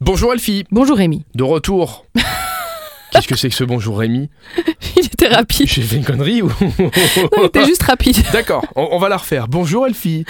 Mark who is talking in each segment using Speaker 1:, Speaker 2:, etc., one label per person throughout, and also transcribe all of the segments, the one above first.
Speaker 1: Bonjour Elfie,
Speaker 2: Bonjour Rémi.
Speaker 1: de retour. Qu'est-ce que c'est que ce bonjour Rémi
Speaker 2: Il était rapide.
Speaker 1: J'ai fait une connerie ou
Speaker 2: Non, il était juste rapide.
Speaker 1: D'accord, on, on va la refaire. Bonjour Elfie.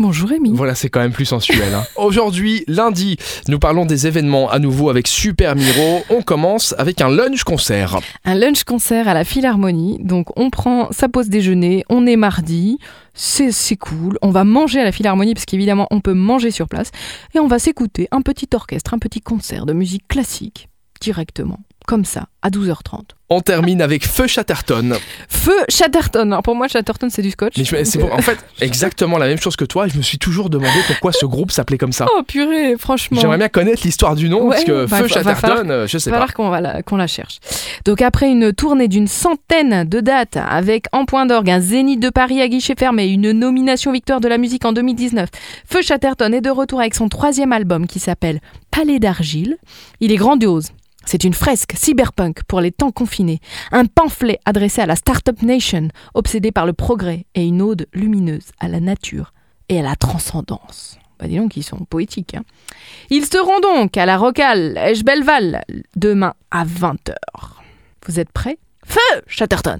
Speaker 2: Bonjour Rémi.
Speaker 1: Voilà, c'est quand même plus sensuel. hein. Aujourd'hui, lundi, nous parlons des événements à nouveau avec Super Miro. On commence avec un lunch concert.
Speaker 2: Un lunch concert à la Philharmonie. Donc on prend sa pause déjeuner, on est mardi, c'est c'est cool. On va manger à la Philharmonie parce qu'évidemment on peut manger sur place et on va s'écouter un petit orchestre, un petit concert de musique classique directement, comme ça, à 12h30.
Speaker 1: On termine avec Feu Chatterton.
Speaker 2: Feu Chatterton. Alors pour moi Chatterton c'est du scotch.
Speaker 1: Mais je- c'est pour- en fait exactement la même chose que toi. Je me suis toujours demandé pourquoi ce groupe s'appelait comme ça.
Speaker 2: Oh purée, franchement.
Speaker 1: J'aimerais bien connaître l'histoire du nom
Speaker 2: Ouais,
Speaker 1: parce que
Speaker 2: va-
Speaker 1: Feu
Speaker 2: va falloir-
Speaker 1: Chatterton, euh, je sais
Speaker 2: va
Speaker 1: pas.
Speaker 2: falloir qu'on va la, qu'on la cherche. Donc après une tournée d'une centaine de dates, avec en point d'orgue un Zénith de Paris à guichet fermé, une nomination victoire de la musique en 2019, Feu Chatterton est de retour avec son troisième album qui s'appelle Palais d'argile. Il est grandiose. C'est une fresque cyberpunk pour les temps confinés, un pamphlet adressé à la Startup Nation, obsédée par le progrès, et une ode lumineuse à la nature et à la transcendance. Bah dis donc, ils sont poétiques. hein. Ils seront donc à la Rocale, Eschbelval, demain à 20h. Vous êtes prêts Feu, Chatterton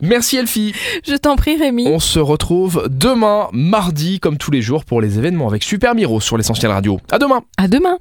Speaker 1: Merci Elfie.
Speaker 2: Je t'en prie, Rémi.
Speaker 1: On se retrouve demain, mardi, comme tous les jours, pour les événements avec Super Miro sur l'essentiel radio. À demain!
Speaker 2: À demain